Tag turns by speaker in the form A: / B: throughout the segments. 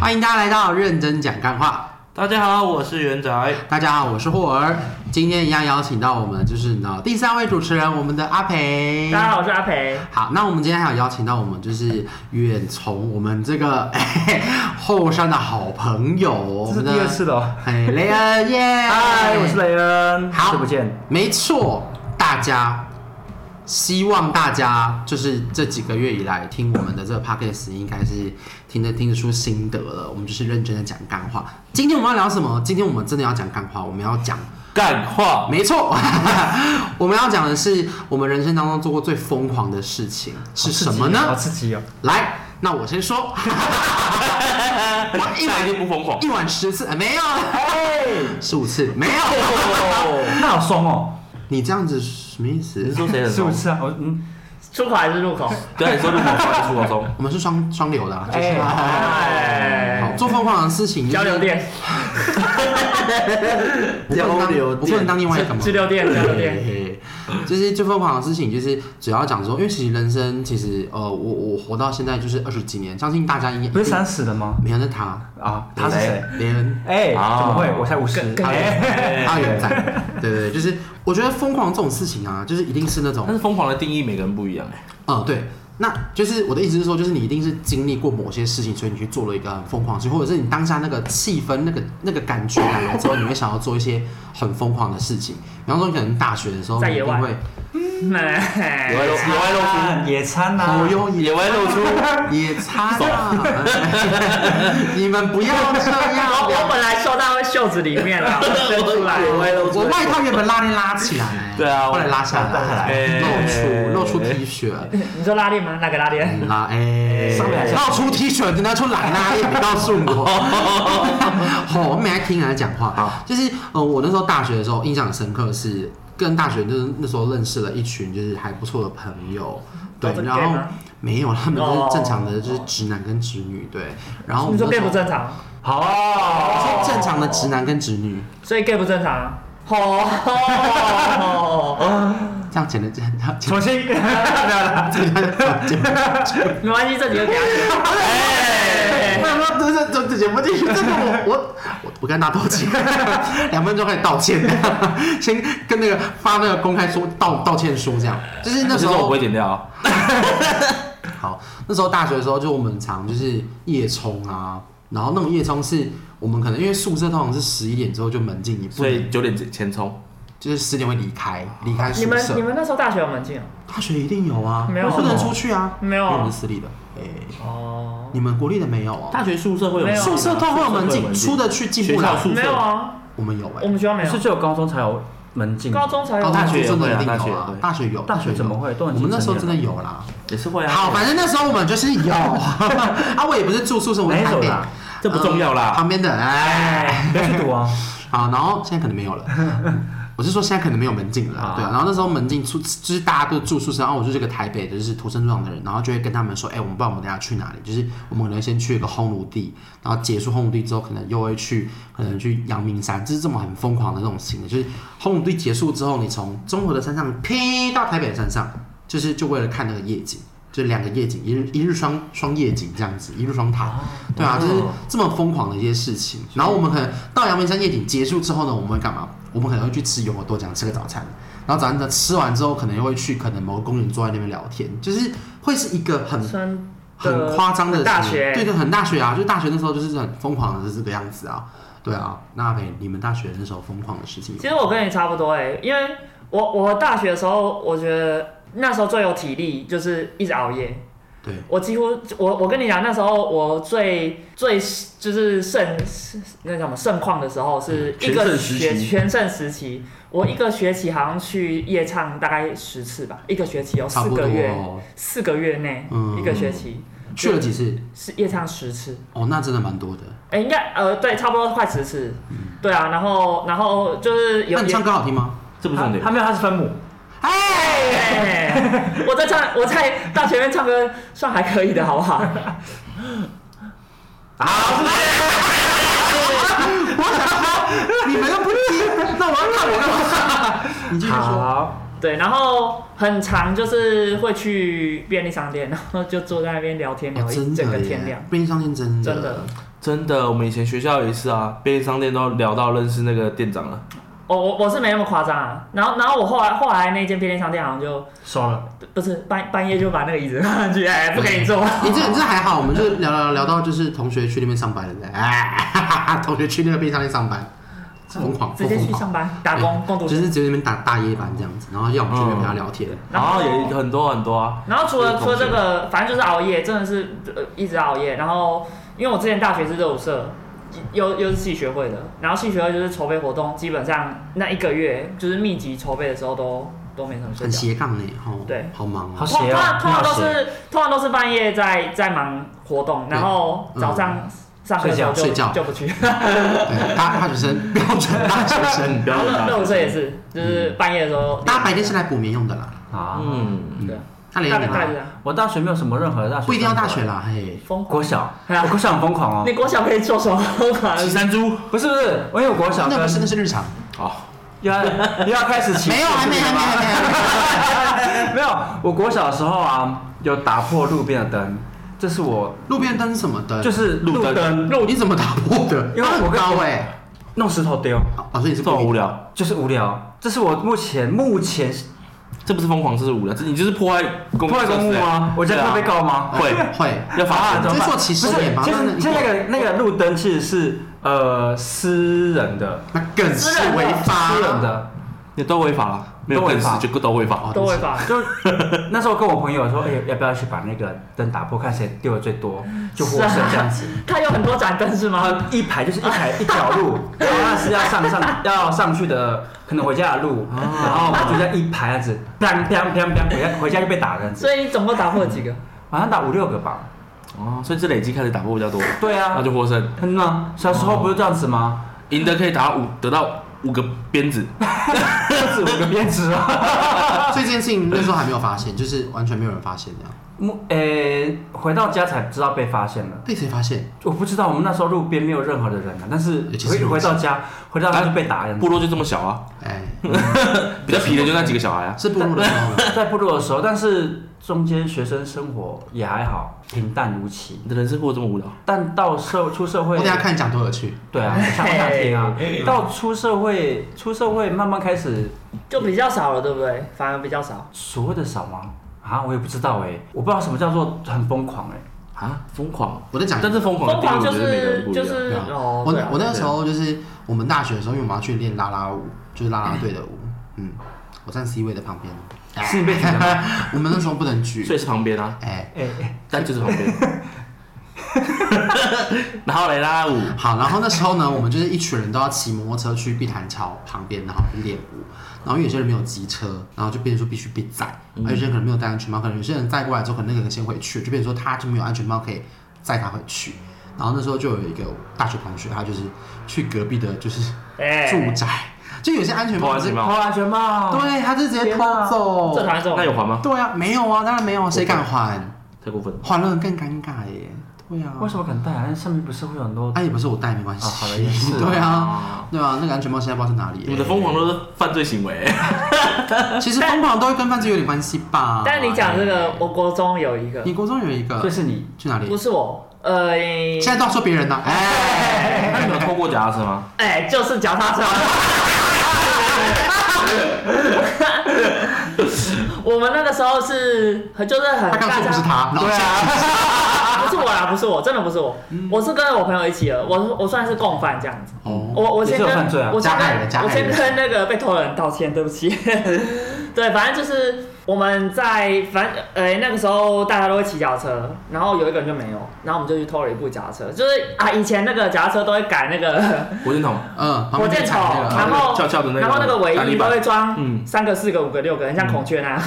A: 欢迎大家来到认真讲干话。
B: 大家好，我是元仔。
A: 大家好，我是霍儿，今天一样邀请到我们就是你知道第三位主持人，我们的阿培。
C: 大家好，我是阿培。
A: 好，那我们今天还有邀请到我们就是远从我们这个、 后山的好朋友，我
C: 这是
A: 们的
C: 第二次了哦
A: 哎，雷恩耶！
C: 嗨，我是雷恩，
A: 好，
C: 好久不见。
A: 没错，大家希望大家就是这几个月以来听我们的这个 podcast，应该是听得听得出心得了。我们就是认真的讲干话。今天我们要聊什么？今天我们真的要讲干话，我们要讲。
B: 干话，
A: 没错， 我们要讲的是我们人生当中做过最疯狂的事情是什么
C: 好
A: 呢？
C: 刺激哦！
A: 来，那我先说，我一
B: 下一
A: 晚
B: 定不疯狂。
A: 一晚十次，呃没有，
C: 哎，
A: 十五次，没有。
C: 那好松哦！
A: 你这样子什么意
B: 你
A: 思
B: 是？说谁很
C: 十
B: 松
C: 五？次啊，我嗯，
D: 出口还是入口？
B: 对，你说入口松还是出口松？
A: 我们是双双流的、啊，就是、好
D: 哎，
A: 做疯狂的事情、就是，
D: 交流电，
A: 不能当，我不能当另外一个吗？
D: 滞留电，交流
A: 嘿
D: 电。
A: 嘿嘿就是最疯狂的事情，就是主要讲说，因为其实人生，其实呃，我我活到现在就是二十几年，相信大家应该
C: 不是三十了吗？
A: 没有那他
C: 啊，他是谁？
A: 别人
C: 哎，怎
B: 啊
C: 么会？我才五十。
D: 更
C: 哎
A: 阿元在，对对对，就是我觉得疯狂这种事情啊，就是一定是那种
B: 但，是疯狂的定义每个人不一样。
A: 嗯，对。那就是我的意思是说，就是你一定是经历过某些事情，所以你去做了一个很疯狂的事情，或者是你当下那个气氛、那个那个感觉来了之后，你会想要做一些很疯狂的事情。比方说，你可能大学的时候，
D: 在
A: 你一
D: 野
A: 定
D: 外
A: 会
C: 嗯
D: 哎
B: 野外露野外露出，
C: 野餐啊呐，
A: 好优野
B: 野外露出，
A: 野餐啊！ 你们不要这 样！
D: 我我本来收到袖子里面 了，伸出来。
B: 野外露
A: 我
B: 出。
A: 外套原本拉链拉起来，
B: 对啊
A: 后来拉下来，
B: 哎
A: 露出露出 T 恤，
D: 你说拉链吗？哪个拉链？
A: 拉哎，
C: 上面还是
A: 露出 T 恤，拿出来拉链，你告诉 我。哦好，我们来听人家讲话
B: 好。
A: 就是呃，我那时候大学的时候印象很深刻是。跟大学就是那时候认识了一群就是还不错的朋友，对
D: 都是，
A: 然
D: gay
A: 后
D: 吗
A: 没有，他们就是正常的
D: 哦
A: 就是直男跟直女，对，然后我
D: 你
A: 们
D: 说
A: 那
D: gay
A: 时候
D: 不正常，
C: 嗯好
A: 是
C: 哦，
A: 正常的直男跟直女，
D: 所以 gay 不正常啊。哦，
A: 这样剪的这样剪
C: 重新，
D: 没关系，这集就给他剪。
C: 哎
D: 哎
A: 没有没有，这这这剪不进去，这个我我我我跟他道歉， 两分钟开始道歉， 先跟那个发那个公开书道道歉书这样，就是那时
B: 其实我不
A: 候
B: 会剪掉啊。
A: 好，那时候大学的时候就我们常就是夜冲啊，然后那种夜冲是我们可能因为宿舍通常是十一点之后就门禁，你不
B: 所
A: 能
B: 以九点前冲，
A: 就是十点会离开离开
D: 你
A: 宿
D: 们你
A: 舍，
D: 们那时候大学有门禁哦？
A: 大学一定有啊，
D: 没有哦
A: 我不能出去啊，
D: 没有
A: 因为我们私立的，哎。
D: 哦，
A: 你们国立的没有哦？
B: 大学宿舍会
D: 有没有
A: 宿舍通会有门禁，出得去进不来
B: 学校。宿
D: 没有啊，
A: 我们有哎、
D: 我们学校没
C: 是哦
D: 有，
C: 只有高中才有门禁，
D: 高中才有。
A: 大学真的一定
B: 大学
A: 有
B: 也
A: 啊
B: 会，
A: 大学有，
C: 大学怎么会都
A: 我
C: 已经
A: 们那时候真的有啦。
B: 也是会啊。
A: 好，反正那时候我们就是有啊，我也不是住宿舍，我是
C: 哪一
A: 台
C: 种
A: 北
C: 啦，
B: 这不重要啦
A: 呃旁边的哎，
C: 不要去赌 啊，
A: 好，然后现在可能没有了。我是说现在可能没有门禁了啦，
C: 啊
A: 对啊。然后那时候门禁出，就是大家都住宿舍，然后我就是个台北的就是土生土长的人，然后就会跟他们说，哎、我们不然我们等一下去哪里？就是我们可能先去一个烘炉地，然后结束烘炉地之后，可能又会去，可能去阳明山，就是这么很疯狂的这种行的。就是烘炉地结束之后，你从中和的山上劈到台北的山上，就是就为了看那个夜景。就两个夜景，一日一日双双夜景这样子，一日双塔，
D: 哦
A: 对啊，就是这么疯狂的一些事情。然后我们可能到阳明山夜景结束之后呢，我们会干嘛？我们可能会去吃永和豆浆，吃个早餐。然后早餐吃完之后，可能又会去可能某个公园坐在那边聊天，就是会是一个很
D: 真
A: 很夸张的
D: 大
A: 行为
D: 学
A: 对对，很大学啊，就大学那时候就是很疯狂的是这个样子啊，对啊。那阿北，你们大学那时候疯狂的事情有吗，
D: 其实我跟你差不多哎、因为我我大学的时候，我觉得那时候最有体力就是一直熬夜。
A: 对，
D: 我几乎我我跟你讲，那时候我最最就是盛那叫什么盛况的时候，是
A: 嗯
D: 一
B: 全
D: 个
B: 盛时期
D: 学全盛时期，我一个学期好像去夜唱大概十次吧，一个学期有
A: 差
D: 四
A: 不多
D: 个月，
A: 哦
D: 四个月内、
A: 嗯
D: 一个学期
A: 去了几次？
D: 是夜唱十次。
A: 哦，那真的蛮多的。
D: 哎、应该呃对，差不多快十次，对啊，然后然后就是
A: 嗯
D: 有
A: 那你
D: 有
A: 唱歌好听吗？
B: 这不重点
C: 他。没有，他是分母，
A: 哎，
D: 哎我在唱，我在大前面唱歌算还可以的，好不好？
A: 我想说，你们又不我要看我干嘛？你继续说。
C: 好，
D: 对，然后很长就是会去便利商店，然后就坐在那边聊天，聊
A: 哦、真
D: 一哎整个
A: 的
D: 天亮
A: 耶，，便利商店真的
D: 真的。
B: 真的，我们以前学校也是啊，便利商店都聊到认识那个店长了。
D: 我哦我我是没那么夸张啊。然后然后我后来后来那间便利商店好像就
C: 收了。
D: 不不是半半夜就把那个椅子放上去，哎，不给你坐。
A: 你这你这还好，我们就是聊聊聊到就是同学去那边上班了，对不对哎，哈哈哈 同学去那个便利商店上班，疯狂，
D: 直接
A: 疯
D: 去
A: 狂
D: 上班打工工读
A: 就
D: 生。
A: 是直接那边打大夜班这样子，然后要我们去那边陪他聊天。
B: 然
D: 然后
B: 后也很多很多啊，
D: 然后除了
B: 就是
D: 除
B: 同
D: 了
B: 学
D: 这个，反正就是熬夜，真的是呃一直熬夜。然后因为我之前大学是热舞社，又又是系学会的，然后系学会就是筹备活动，基本上那一个月就是密集筹备的时候都都没什么睡
A: 很
D: 觉。
A: 斜杠呢，哦，
D: 对，
A: 好忙
C: 好
A: 哦，
D: 通
C: 邪
D: 通
C: 哦
D: 常通常都
C: 很好
D: 是通常都是半夜在在忙活动，然后
A: 嗯
D: 早上上课的时候就
A: 睡觉
D: 就不去。
A: 对，大大学生 标准大学生，
B: 不要
D: 然后
B: 问
D: 热热舞社
B: 他。
D: 也是，就是半夜的时候。
A: 嗯大家白天是来补眠用的啦，
C: 啊，
B: 嗯，
A: 嗯，他连
D: 大
A: 夜
D: 概大概是
A: 班
D: 这样。
C: 我大学没有什么任何的大学，
A: 不一定要大学，啦，嘿，
D: 疯狂
C: 国小，
D: 哎呀
C: 我国小很疯狂哦
D: 你。国小可以做什么疯狂的
B: 骑
D: 事？
B: 山猪。
C: 不是不是，我有国小
A: 那
C: 跟
A: 不是那是日常，
B: 好，
C: 又要又要开始骑，
A: 没有，还没还没还没还没，
C: 没有，我国小的时候啊，有打破路边的灯，这是我
A: 路边灯是什么灯？
C: 就是路灯
A: 呃路，你怎么打破的？
C: 因为我
A: 它很
C: 跟
A: 高哎，
C: 弄石头丢，
A: 哦，所以你是故
B: 这
A: 意
B: 么
A: 的
B: 无聊，
C: 就是无聊。这是我目前目前
B: 这不是疯狂，这是无聊，这你就是破坏公
C: 破坏公物吗？我这样会被告吗？
B: 啊会
A: 会，
B: 啊 要罚
C: 啊
B: 钱
C: 怎么
A: 这
C: 办
A: 是做歧视
C: 不是
A: 脸吧
C: 其实
A: 那你
C: 其实那个那个路灯其实是呃私人的，
A: 那更是违法
C: 私人的。
B: 你都违法了，没有
C: 都违
B: 本事
C: 法
B: 就都违法。
A: 哦
D: 都会吧？
C: 就那时候跟我朋友说，哎、要不要去把那个灯打破，看谁丢的最多，就获胜这样子。
D: 它啊有很多盏灯是
C: 然
D: 吗？
C: 后啊一排就是一 排一条路，然后那是要上上要上去的，可能回家
B: 哦
C: 的路，然后我们就在一排这样子，砰砰砰砰，回家回家就被打这样子，
D: 所以你总共打破了几个？
C: 好像打五六个吧。
B: 哦，所以这累积开始打破比较多，
C: 对啊
B: 那，就获胜。
C: 嗯啊，小时候不是这样子吗？
B: 赢得可以打五，得到五个鞭子。哦
C: 就是五个编 制啊。
A: 所以这件事情那时候还没有发现，就是完全没有人发现这样。
C: 目诶、呃回到家才知道被发现了。
A: 被谁发现？
C: 我不知道，我们那时候路边没有任何的人啊，但是
A: 尤其是
C: 回
A: 路
C: 回到家，回到家就被打人。
B: 部落就这么小啊，
A: 哎，
B: 比较皮的就那几个小孩啊。
A: 是部落的时候吗？
C: 在部落的时候，但是中间学生生活也还好，平淡无奇。
B: 你的人生过得这么无聊，
C: 但到社出社
A: 我
C: 会，
A: 等一下看讲多有趣。
C: 对啊，我想我想听啊。到出社会，出社会慢慢开始
D: 就比较少了，对不对？反而比较少。
C: 所谓的少吗？啊，我也不知道哎、我不知道什么叫做很疯狂哎、
B: 啊，疯狂，
A: 我在讲
B: 但是疯狂
D: 疯
B: 的定义，
D: 狂
B: 我
D: 就
B: 觉得每个人
D: 是
B: 不一
D: 就
B: 样。
D: 是
A: 对啊
D: 哦，
A: 我
D: 对啊
A: 我那个时候就是我们大学的时候，因为我们要去练啦啦舞，就是啦啦队的 舞。嗯，我站 C 位的旁边。
C: 是你被举的吗？
A: 我们那时候不能举
B: 所。以是旁边啊，
A: 哎，
C: 哎、哎
B: 但就是旁边。然后来啦啦舞，
A: 好，然后那时候呢，我们就是一群人都要骑摩托车去碧潭桥旁边，然后去练舞。然后因为有些人没有机车，然后就变成说必须被载，而有些人可能没有戴安全帽，可能有些人载过来之后，可能那个人先回去，就变成说他就没有安全帽可以载他回去。然后那时候就有一个大学同学，他就是去隔壁的，就是
D: 哎
A: 住宅，就有些安全
B: 偷
A: 帽
B: 安
A: 是
B: 全帽
C: 偷安全帽，
A: 对，他是直接
C: 天
A: 偷
C: 哪
A: 走
D: 这。团这
B: 那
D: 种
B: 有还吗？
A: 对啊，没有啊，当然没有，谁敢还？
B: 太过分了。
A: 还了更尴尬耶。对啊，
C: 为什么敢戴啊？那上面不是会有很多？
A: 啊，也不是我戴，没关系。
B: 哦
C: 啊好了也是 啊
A: 对啊，对啊，那个安全帽现在不知道在哪里耶。欸
B: 你们的疯狂都是犯罪行为，
A: 其实疯狂都会跟犯罪有点关系吧。
D: 但你讲这
A: 哎
D: 个，我国中有一个，
A: 你国中有一
C: 这
A: 个
C: 是你
A: 去哪里
D: 不？是我，呃，
A: 现在到说别人呢？哎，
B: 那你们有偷过脚踏车吗？
D: 哎，就是脚踏车。 我们那个时候是，就是很
A: 他刚
D: 大
A: 说
D: 家
A: 不是他，然后
D: 啊
A: 现在
D: 不是我啦，不是我，真的不是我，
A: 嗯
D: 我是跟我朋友一起的，我我算是共犯这样子。
A: 哦，
D: 我我
C: 也
D: 先
C: 是有
D: 跟
C: 犯罪啊
D: 我先
A: 加害人加
D: 跟
A: 害
D: 我先
A: 人
D: 跟那个被偷的人道歉，对不起。 对，反正就是我们在反正呃那个时候大家都会骑脚踏车，然后有一个人就没有，然后我们就去偷了一部脚踏车，就是啊以前那个脚踏车都会改那个
B: 火箭筒，
A: 嗯，旁
D: 火
A: 边
D: 箭
A: 就
D: 筒，
A: 踩那个
D: 然后
B: 翘翘的那个
D: 然后那个尾
B: 弹力
D: 翼
B: 板
D: 都会装
B: 嗯
D: 三个、四个、五个、六个，很像孔雀
A: 嗯
D: 那样。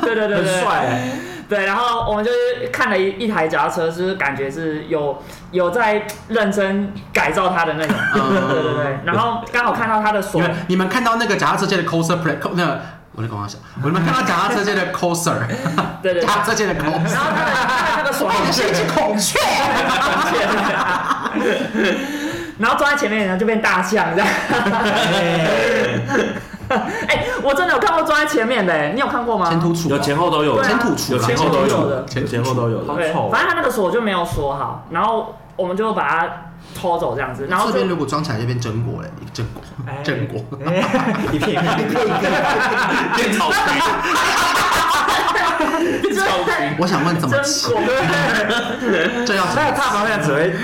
D: 对对对对
C: 很
D: 对，
C: 帅哎、
D: 对，然后我们就是看了一一台脚踏车，就是感觉是有有在认真改造它的那种，
A: 嗯
D: 对对对。然后刚好看到它的锁
A: 你，们你们看到那个脚踏车界的 coser play，那个我在跟我讲，你们看到脚踏车界的 coser，
D: 对对对
A: 脚踏车界的
D: 然
A: coser，
D: 后 它的它的那个锁
A: 哇，
D: 孔
A: 你
D: 是
A: 是一只孔雀。
D: 孔雀， 然后坐在前面的人就变大象这样。 哎、我真的有看过坐在前面的、哎，你有看过吗？
A: 前突出
B: 有前后都有
D: 对
B: 的，
D: 啊
A: 前土出
B: 有
A: 吧
B: 前后都有
D: 的
B: 的，前后都有的。啊
D: 对
C: 好丑哦
D: 反正他那个锁就没有锁好，然后我们就把它偷走这样子，然
A: 这
D: 后就
A: 边如果装起来就变榛果嘞，榛果
C: 哎
A: 榛果，
C: 一片一片
B: 变草皮，
D: 真
B: 超群
A: 我想问怎么吃
D: 真，果
A: 这要
C: 那个大螃蟹只会，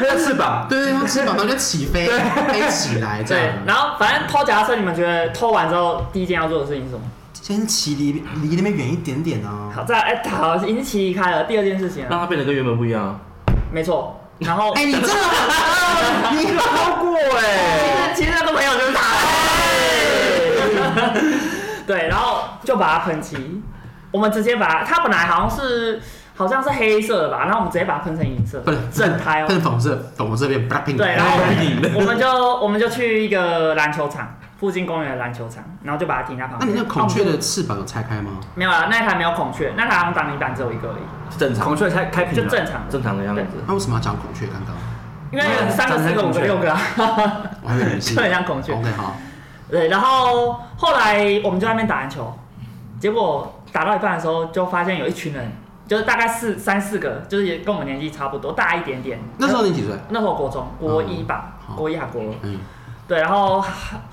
C: 那个翅膀，
A: 对对，它翅膀它就起飞，飞起来这
D: 对
A: 样，。
D: 然后反正偷脚踏车，你们觉得偷完之后第一件要做的事情是什么？
A: 先骑离离那边远一点点啊。
D: 好，再来哎、好，已经骑开了。第二件事情
B: 让
D: 了，
B: 它变得跟原本不一样。
A: 嗯
D: 没错。然后
A: 哎，你真的很你
D: 超过哎，其实那个朋友就是他。对，然后就把它喷漆，我们直接把它它本来好像是好像是黑色的吧，然后我们直接把它喷成银色，
A: 不是
D: 整台哦。
A: 变粉红色，粉红色变 blackpink，
D: 对，然后我
A: Blackpink
D: 们我们就我们就去一个篮球场，附近公园的篮球场，然后就把它停在旁
A: 那
D: 边。
A: 你那孔雀
D: 哦
A: 的翅膀有拆开吗？
D: 没有啊？那台没有孔雀，那台好像挡泥板只有一个而已，
B: 是正常
C: 孔雀开开屏
D: 就
C: 了，
D: 正常的，
B: 正常的样子。
A: 那为什么要讲孔雀？刚刚
D: 因为有三个、四个、五个、六个啊。
A: 我还以为你是
D: 就很像孔雀
A: OK，好，
D: 对，然后后来我们就在那边打篮球，结果打到一半的时候，就发现有一群人，就是大概四三四个，就是也跟我们年纪差不多，大一点点。
A: 那时候你几岁？
D: 那时候国中国一吧，
A: 嗯
D: 国一还国二。
A: 嗯，
D: 对，然后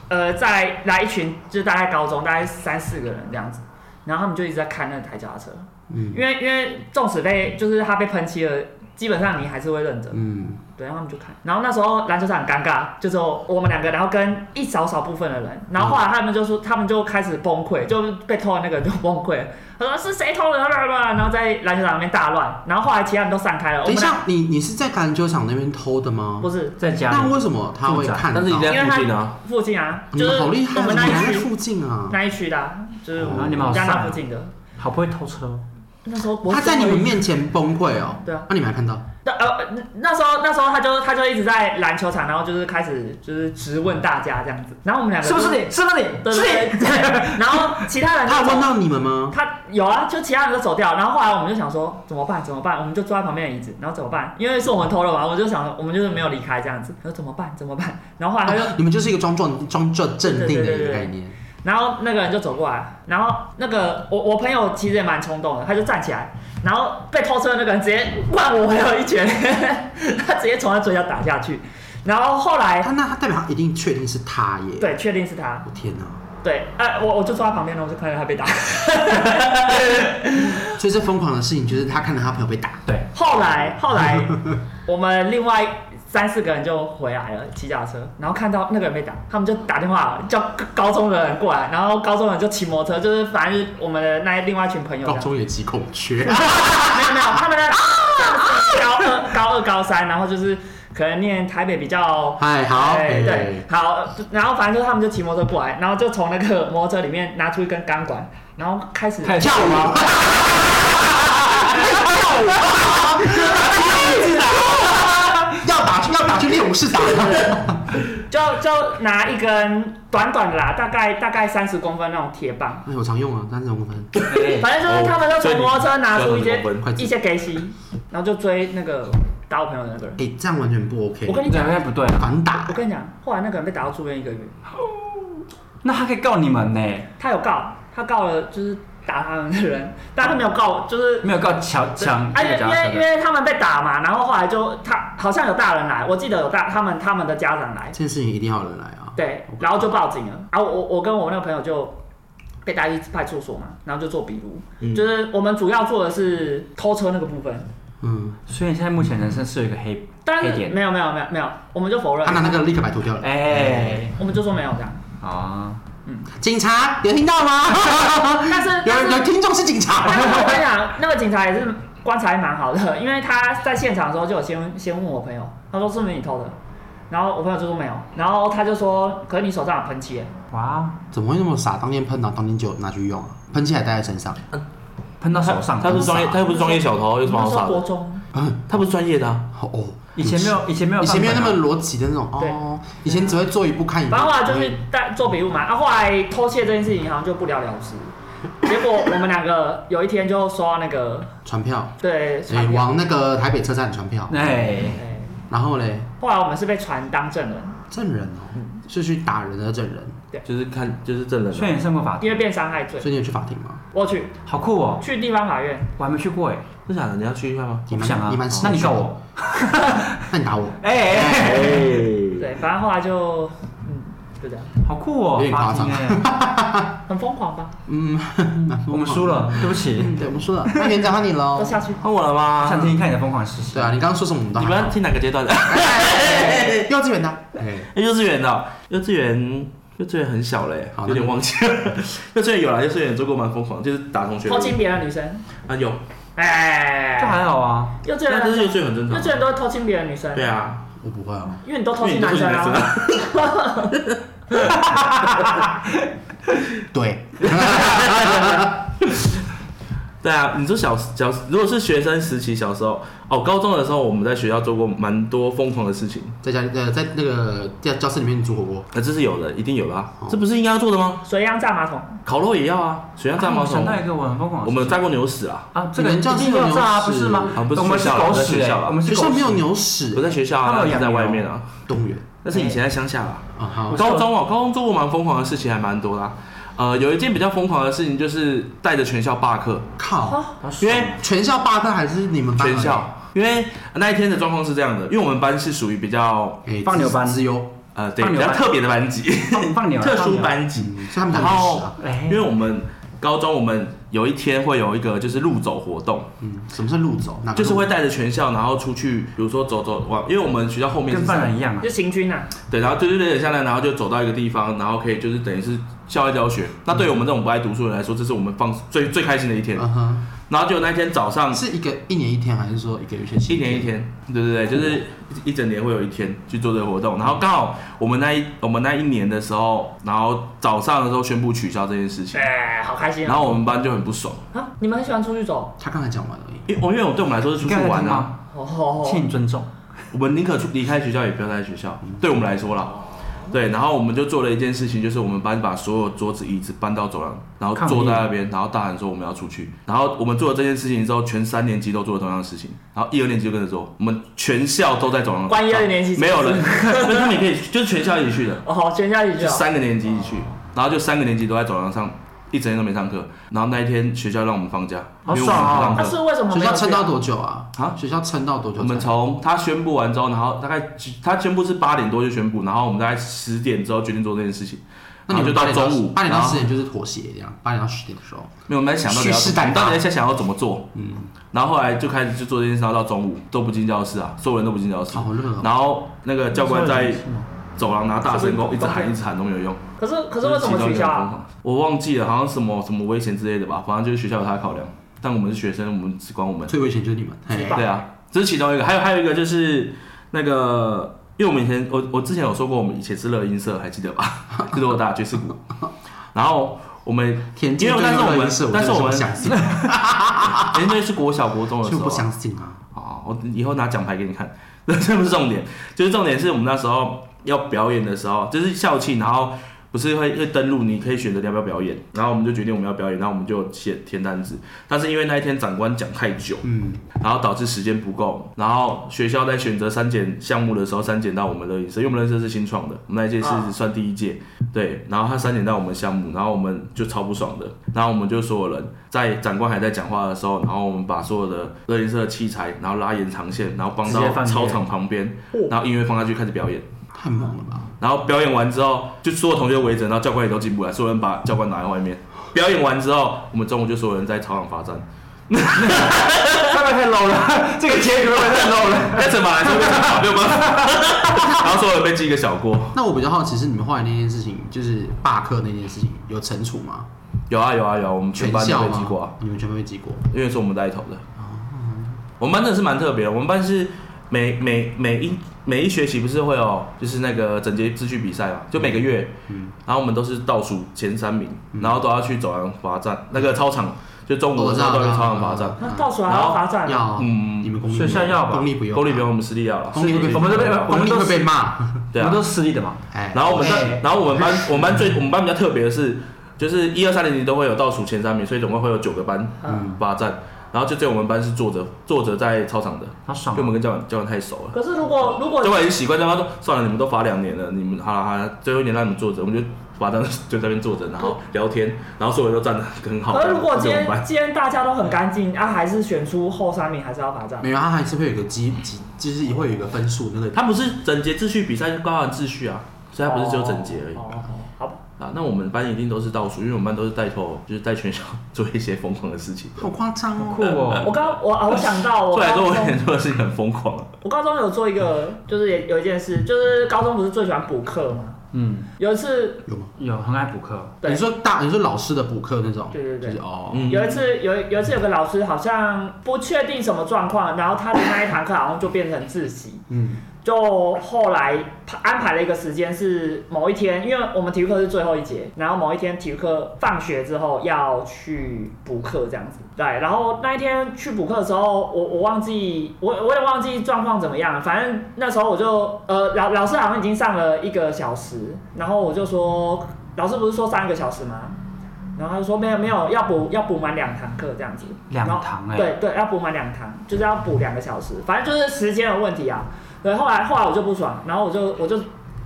D: 呃，再来一群，就是大概高中大概三四个人这样子，然后他们就一直在看那台脚踏车，
A: 嗯
D: 因为因为纵使被就是它被喷漆了，基本上你还是会认着。
A: 嗯，
D: 对，然后他们就看。然后那时候篮球场很尴尬，就只有我们两个，然后跟一少少部分的人。然后后来他们就说，他们就开始崩溃，就被偷的那个人就崩溃。他说是谁偷的？然后然后在篮球场那边大乱。然后后来其他人都散开了。我
A: 等
D: 们
A: 一
D: 俩
A: 下，你你是在篮球场那边偷的吗
D: 不？是
C: 在家
A: 那
C: 里，
A: 为什么他会看到？
B: 但是你
A: 你
B: 在附近啊，
D: 附近啊，就
A: 们
D: 是
A: 好厉害
D: 我
A: 哦，
D: 们
A: 你
D: 那
A: 还在
D: 一区
A: 附近啊！
D: 那一区的啊、就是我
C: 哦你们
D: 们
C: 好
D: 家那
C: 散
D: 附近的。
C: 好不会偷车哦，
D: 那时候国
A: 他在你们面前崩溃哦。
D: 对啊，
A: 那你们还看到？
D: 那呃那时候那时候他就他就一直在篮球场，然后就是开始就是质问大家这样子。然后我们两个
C: 是不是
D: 就？
C: 你？是不是你？
D: 对
C: 是你？
D: 对对。然后其他人就
A: 他有
D: 走
A: 问到你们吗？
D: 他有啊，就其他人都走掉，然后后来我们就想说怎么办怎么办，我们就坐在旁边的椅子，然后怎么办？因为是我们偷了嘛，我们就想我们就是没有离开这样子，然后怎么办怎么办？然后后来他就，
A: 哦你们就是一个装壮装镇镇定的
D: 对对对
A: 一个
D: 对
A: 概念。
D: 然后那个人就走过来，然后那个我我朋友其实也蛮冲动的，他就站起来，然后被偷车的那个人直接灌我朋友一拳， 他直接从他嘴角打下去，然后后来
A: 他那他代表他一定确定是他耶。，
D: 对，确定是他，
A: 我天哪！
D: 对，呃，我我就坐在旁边，然后我就看着他被打。
A: 所以这疯狂的事情就是他看到他朋友被打，
C: 对，
D: 后来后来，我们另外三四个人就回来了，骑脚踏车，然后看到那个人被打，他们就打电话叫高中的人过来，然后高中人就骑摩托车，就是反正就是我们的那另外一群朋友这
A: 高
D: 样。
A: 中也极孔雀。
D: 没有没有，他们的高二高二高三，然后就是可能念台北比较
A: 嗨，好，
D: 哎，对
A: 哎，
D: 好，然后反正就是他们就骑摩托车过来，然后就从那个摩托车里面拿出一根钢管，然后开始
C: 开始
A: 跳 舞啊，跳舞啊，要打去要打去练武室打，
D: 就就拿一根短短的啦，大概大概三十公分那种铁棒，
A: 哎，我常用啊，三十公分，
D: 反正就是他们都从摩托车拿出一些
B: 哦
A: 快
D: 一些给息，然后就追那个打我朋友的那个人。
A: 哎，这样完全不 OK，
D: 我跟你
C: 你
D: 讲
C: 讲，应该不对啊，
A: 反打
D: 我，跟你讲，后来那个人被打到住院一个月，
C: 那他可以告你们呢，
D: 他有告，他告了就是打他们的人，但他没有告，就是。
C: 没有告抢抢
D: 而
C: 这
D: 且因
C: 个脚踏
D: 为因
C: 车的，
D: 为他们被打嘛，然后后来就他好像有大人来，我记得有大他们他们的家长来
A: 这，件事情一定要有人来啊，
D: 对，然后就报警了。然后我我跟我那个朋友就被带去派出所嘛，然后就做笔录，
A: 嗯
D: 就是我们主要做的是偷车那个部分，
A: 嗯，
C: 所以你现在目前人生是有一个黑
D: 但
C: 黑
D: 是
C: 点，
D: 没有没有没有没有，我们就否认
A: 他，拿那个立刻摆脱掉了，
C: 哎，
D: 我们就说没有 这样。
C: 好啊，
A: 警察有听到吗？
D: 但是但
A: 有
D: 是
A: 有听众是警
D: 但
A: 察，
D: 是我跟你讲，那个警察也是观察也蛮好的，因为他在现场的时候就有先先问我朋友，他说是不是你偷的，然后我朋友就说没有，然后他就说可是你手上有喷漆耶，
C: 哇，
A: 怎么会那么傻？当天喷到，当天就拿去用啊，喷漆还带在身上，
C: 喷到手上，
B: 他是专业，
C: 很少
B: 他又不是专业小偷，有什么
D: 那
B: 好
D: 时候
B: 傻
D: 国
B: 的？
D: 中，
A: 嗯，
B: 他不是专业的啊，
A: 好哦，
C: 以前没有，以前没有
A: 以
C: 放
A: 前没
C: 本
A: 有
C: 啊，
A: 那么逻辑的那种
D: 对
A: 哦，以前只会做一步看一步，
D: 反正后来就是带做笔录嘛，啊，后来偷窃这件事情好像就不了了之。结果我们两个有一天就收到那个
A: 传票，
D: 对传
A: 哎，
D: 票，
A: 往那个台北车站传票，
C: 哎，
D: 哎
A: 然后嘞，
D: 后来我们是被传当证人，
A: 证人哦，是去打人的证人，
B: 就是看就是证人
C: 虽
B: 啊，
C: 然也上过法
D: 因为
C: 庭，
D: 变伤害罪
A: 所，以你有去法庭 吗？
D: 我去
C: 好酷哦，
D: 去地方法院，
C: 我还没去过哎，
B: 真假的？你要去一下吗？
A: 你
C: 我不
A: 蛮
C: 想啊
A: 你蛮适，合
C: 那你
A: 去
C: 告我，
A: 那你打我，
C: 哎哎，哎
B: 对，
D: 对，反正后来就嗯就这样，
C: 好酷哦
A: 有，点
C: 法
A: 夸张
C: 庭哎，
D: 很疯狂吧，
A: 嗯，
C: 我们输了，对不起，
A: 嗯对，我们输了，那园长换你喽
D: 都。下去。
B: 换我了吗？
C: 想听一看你的疯狂事情
A: 对，啊，你刚刚说什么我们都
B: 你
A: 还
B: 们
A: 好
B: 要听哪个阶段 的？
A: 幼稚园的，哎，
B: 欸幼稚园的哦、幼稚园幼稚园很小嘞
A: 好，
B: 有点忘记了。 幼稚园有啦，幼稚园做过蛮疯狂，就是打同学
D: 偷亲别的女生，
B: 啊，有，
C: 这
D: 哎，
C: 还好啊，
D: 幼稚
B: 那
D: 园
B: 这是幼稚园很正
D: 幼稚
B: 常。
D: 园都会偷亲别的女生，
B: 对啊，
A: 我不会哦。
D: 因为你都偷
B: 因为
D: 亲
B: 你都是
D: 男
B: 女
D: 生
B: 生啊，
D: 啊，
A: 对，
B: 对啊，你说小小，如果是学生时期小时候，哦，高中的时候我们在学校做过蛮多疯狂的事情，
A: 在家呃，在那个教教室里面煮火锅，
B: 那、这是有的，一定有的啊
A: 哦，
B: 这不是应该要做的吗？
D: 水样炸马桶，
B: 烤肉也要啊，水上炸毛
C: 我
B: 虫
C: 想，到一个我很疯狂
B: 我
C: 的事情，
B: 们有炸过牛屎啊，
C: 啊，这
A: 你
C: 个
A: 们教
C: 一
A: 室
C: 定
A: 有
C: 要炸啊，
A: 牛
C: 不
A: 屎
C: 是吗？
B: 啊不是
C: 我们
B: 学
C: 是
B: 校啊
C: 狗
B: 在
C: 屎
B: 学
C: 哎，
B: 校啊
C: 我们
A: 学
C: 是
A: 校
C: 狗
A: 没有
C: 屎，
A: 牛
B: 不
A: 屎，
B: 在学校
C: 他
B: 啊，
C: 们有
B: 是在
C: 养牛
B: 外面啊。
A: 动物园
B: 但是以前在乡下啊，
A: 啊，好，
B: 高中哦，高中做过蛮疯狂的事情，还蛮多的啊、呃，有一件比较疯狂的事情就是带着全校罢课，
A: 靠，
B: 因为
C: 哎
A: 全校罢课还是你们班而已
B: 全校，因为那一天的状况是这样的，因为我们班是属于比较
A: 哎
C: 放牛班
A: 资优，
B: 呃对
C: 放
B: 比
C: 牛班
B: 较特别的班级，
C: 放放牛啊，
B: 特殊
C: 放牛，
B: 班级，
A: 嗯所以他们叫
B: 然
A: 牛屎
B: 后
A: 啊，
C: 哎
B: 因为我们高中我们有一天会有一个就是路走活动，
A: 嗯，什么是路走？哪个
B: 就是
A: 路
B: 会带着全校然后出去，比如说走走往，因为我们学校后面
C: 跟
B: 是
C: 犯
B: 山
C: 人一样啊，
D: 就行军啊，
B: 对，然后就是有点像那，然后就走到一个地方，然后可以就是等于是校外教学。那对于我们这种不爱读书的人来说，这是我们放最最开心的一天。
A: 嗯哼，
B: 然后就那天早上，
A: 是一个一年一天，还是说一个月学期？
B: 一年一，天，对对对，就是一一整年会有一天去做这个活动。然后刚好我们那一我们那一年的时候，然后早上的时候宣布取消这件事情，
D: 哎，好开心
B: 然
D: 啊！
B: 后我们班就很不爽，
D: 啊，你们很喜欢出去走，
A: 他刚才讲完而已。
B: 因哦为我因为我对我们来说是出去
C: 你刚才
B: 玩
C: 听
B: 啊，
C: 吗？
D: 哦吼
C: 请你尊重，
B: 我们宁可出离开学校，也不要待在学校。对我们来说啦。对，然后我们就做了一件事情，就是我们班把所有桌子、椅子搬到走廊，然后
C: 抗议
B: 坐在那边，然后大喊说我们要出去。然后我们做了这件事情之后，全三年级都做了同样的事情，然后一二年级就跟着做，我们全校都在走廊。
D: 关一二年级
B: 没有人， 那他们也可以，就是全校一起去的，
D: 哦，全家一起去
B: 就
D: 哦，
B: 三个年级一起去，然后就三个年级都在走廊上，一整天都没上课。然后那一天学校让我们放假，
C: 好
B: 因为我
C: 爽
B: 们不
C: 哦
B: 上
D: 那
B: 课。
D: 是为什么
A: 学
D: 没有
A: 校
D: 去啊
A: 撑到多久啊？
B: 啊
A: 学校撑到多久
B: 我
A: 才？
B: 们从他宣布完之后，然后大概他宣布是八点多就宣布，然后我们大概十点之后决定做这件事情，
A: 那你
B: 然后
A: 们
B: 就到中午
A: 八点到
B: 然后
A: 十点就是妥协这样，八点到十点的时候，
B: 没有我们在想到底要
A: 蓄势
B: 怎
A: 待
B: 么，
A: 发
B: 到底在想要怎么做，
A: 嗯，
B: 然后后来就开始去做这件事，然后到中午都不进教室啊，所有人都不进教室，
A: 好热哦。
B: 然后那个教官在走廊拿大声公一直喊一直喊都没有用，
D: 可是可是为什
B: 就是
D: 么取
B: 其中一个
D: 消
B: 人
D: 啊
B: 疯？狂？我忘记了，好像什么什么危险之类的吧，反正就是学校有他的考量，但我们是学生，我们只管我们。
A: 最危险就是你们，嘿
D: 吧
B: 对啊，这是其中一个，还有还有一个就是那个，因为我们以前我我之前有说过，我们以前是乐音社，还记得吧？ 就是我打爵士鼓，然后我们
A: 田径
B: 因为
A: 队
B: 但是我
A: 乐
B: 们
A: 音社，
B: 但是我们
A: 真的不相信，
B: 哎那是国小国中的时
A: 就
B: 候
A: 不
B: 啊，
A: 相信啊。
B: 哦，我以后拿奖牌给你看， 这不是重点，就是重点是我们那时候要表演的时候，就是校庆，然后。不是会会登录，你可以选择你要不要表演，然后我们就决定我们要表演，然后我们就写填单子。但是因为那一天长官讲太久，
A: 嗯，
B: 然后导致时间不够，然后学校在选择删减项目的时候删减到我们乐音社，因为我们乐音社是新创的，我们那一届
D: 啊
B: 是算第一届，对，然后他删减到我们项目，然后我们就超不爽的，然后我们就所有人在长官还在讲话的时候，然后我们把所有的乐音社的器材，然后拉延长线，然后帮
C: 直接
B: 到
C: 放音乐
B: 操场旁边，然后音乐放下去开始表演，
A: 太猛了吧？
B: 然后表演完之后，就所有同学围着，然后教官也都进不来，所有人把教官拿在外面。表演完之后，我们中午就所有人在操场罚 站。
C: 会不会太 low 了？ 这个结局会不会太 low 了？
B: 在惩罚来说被惩罚，没有办法。然后所有人被记一个小锅。
A: 那我比较好奇是你们后来那件事情，就是罢课那件事情有惩处吗？
B: 有啊有啊有啊，我们全
A: 全
B: 班都
A: 校
B: 被记过啊
A: 吗，？你们全班被记过？
B: 因为是我们带头的。我们班真的是蛮特别的，我们班是每每每一每一学期不是会有就是那个整洁秩序比赛嘛，就每个月，
A: 嗯
B: 然后我们都是倒数前三名，然后都要去走廊罚站，那个操场就中午的时候都要去操场罚站。
D: 那到时候还要罚站啊，
A: 要，
B: 嗯
A: 你们公立
C: 学校要吧
A: 公立不用，
B: 公立不用，我们私立要了。
A: 公立会被，
C: 我们都被我
A: 公
C: 们
A: 立
C: 都
A: 会被骂。
B: 对
C: 我
B: 啊
C: 们，都是私立的嘛，
A: 哎，
B: 然后我们
D: 哎
B: 班，然后我们班，我们班最我们班比较特别的是，就是一二三年级都会有倒数前三名，所以总共会有九个班
D: 嗯
B: 八站。然后就只有我们班是坐着坐着在操场的，
C: 好
B: 因
C: 爽
B: 为我们跟教官教官太熟了。
D: 可是如果如果
B: 教官已经习惯，教官说算了，你们都罚两年了，你们好了好了，最后一年让你们坐着，我们就罚站就在那边坐着，然后聊天，然后所有人都站得很好。
D: 可是如果
B: 这
D: 今
B: 样就我们班
D: 天今天大家都很干净，啊，还是选出后三名，还是要罚站。
A: 没有，他还是会有一个积积，就是会有一个分数那个。
B: 他不是整洁秩序比赛，是高喊秩序啊，所以他不是只有整洁而已。
D: 哦哦哦好吧，
B: 啊，那我们班一定都是倒数，因为我们班都是带头，就是带全校做一些疯狂的事情。
A: 好夸张哦！
C: 酷哦！
D: 我刚我啊，我想到我
B: 对来
D: 高
B: 说，哦我
D: 中
B: 以前做的事情很疯狂。啊
D: 我高中有做一个，就是也有一件事，就是高中不是最喜欢补课吗？
C: 嗯，
D: 有一次，
A: 有吗？
C: 有很爱补课，
D: 对
A: 你说大，你说老师的补课那种，
D: 对对对
A: 就是哦，
B: 嗯，
D: 有一次有有一次有个老师好像不确定什么状况，然后他的那一堂课好像就变成自习，
A: 嗯，
D: 就后来安排了一个时间是某一天，因为我们体育课是最后一节，然后某一天体育课放学之后要去补课这样子，对，然后那一天去补课的时候，我我忘记我我也忘记状况怎么样了，反正那时候我就呃老老师好像已经上了一个小时，然后我就说老师不是说三个小时吗？然后他就说没有没有，要补要补满两堂课这样子，
C: 两
D: 然后
C: 堂哎
D: 对对，要补满两堂，就是要补两个小时，反正就是时间的问题啊。对，后来后来我就不爽，然后我就我就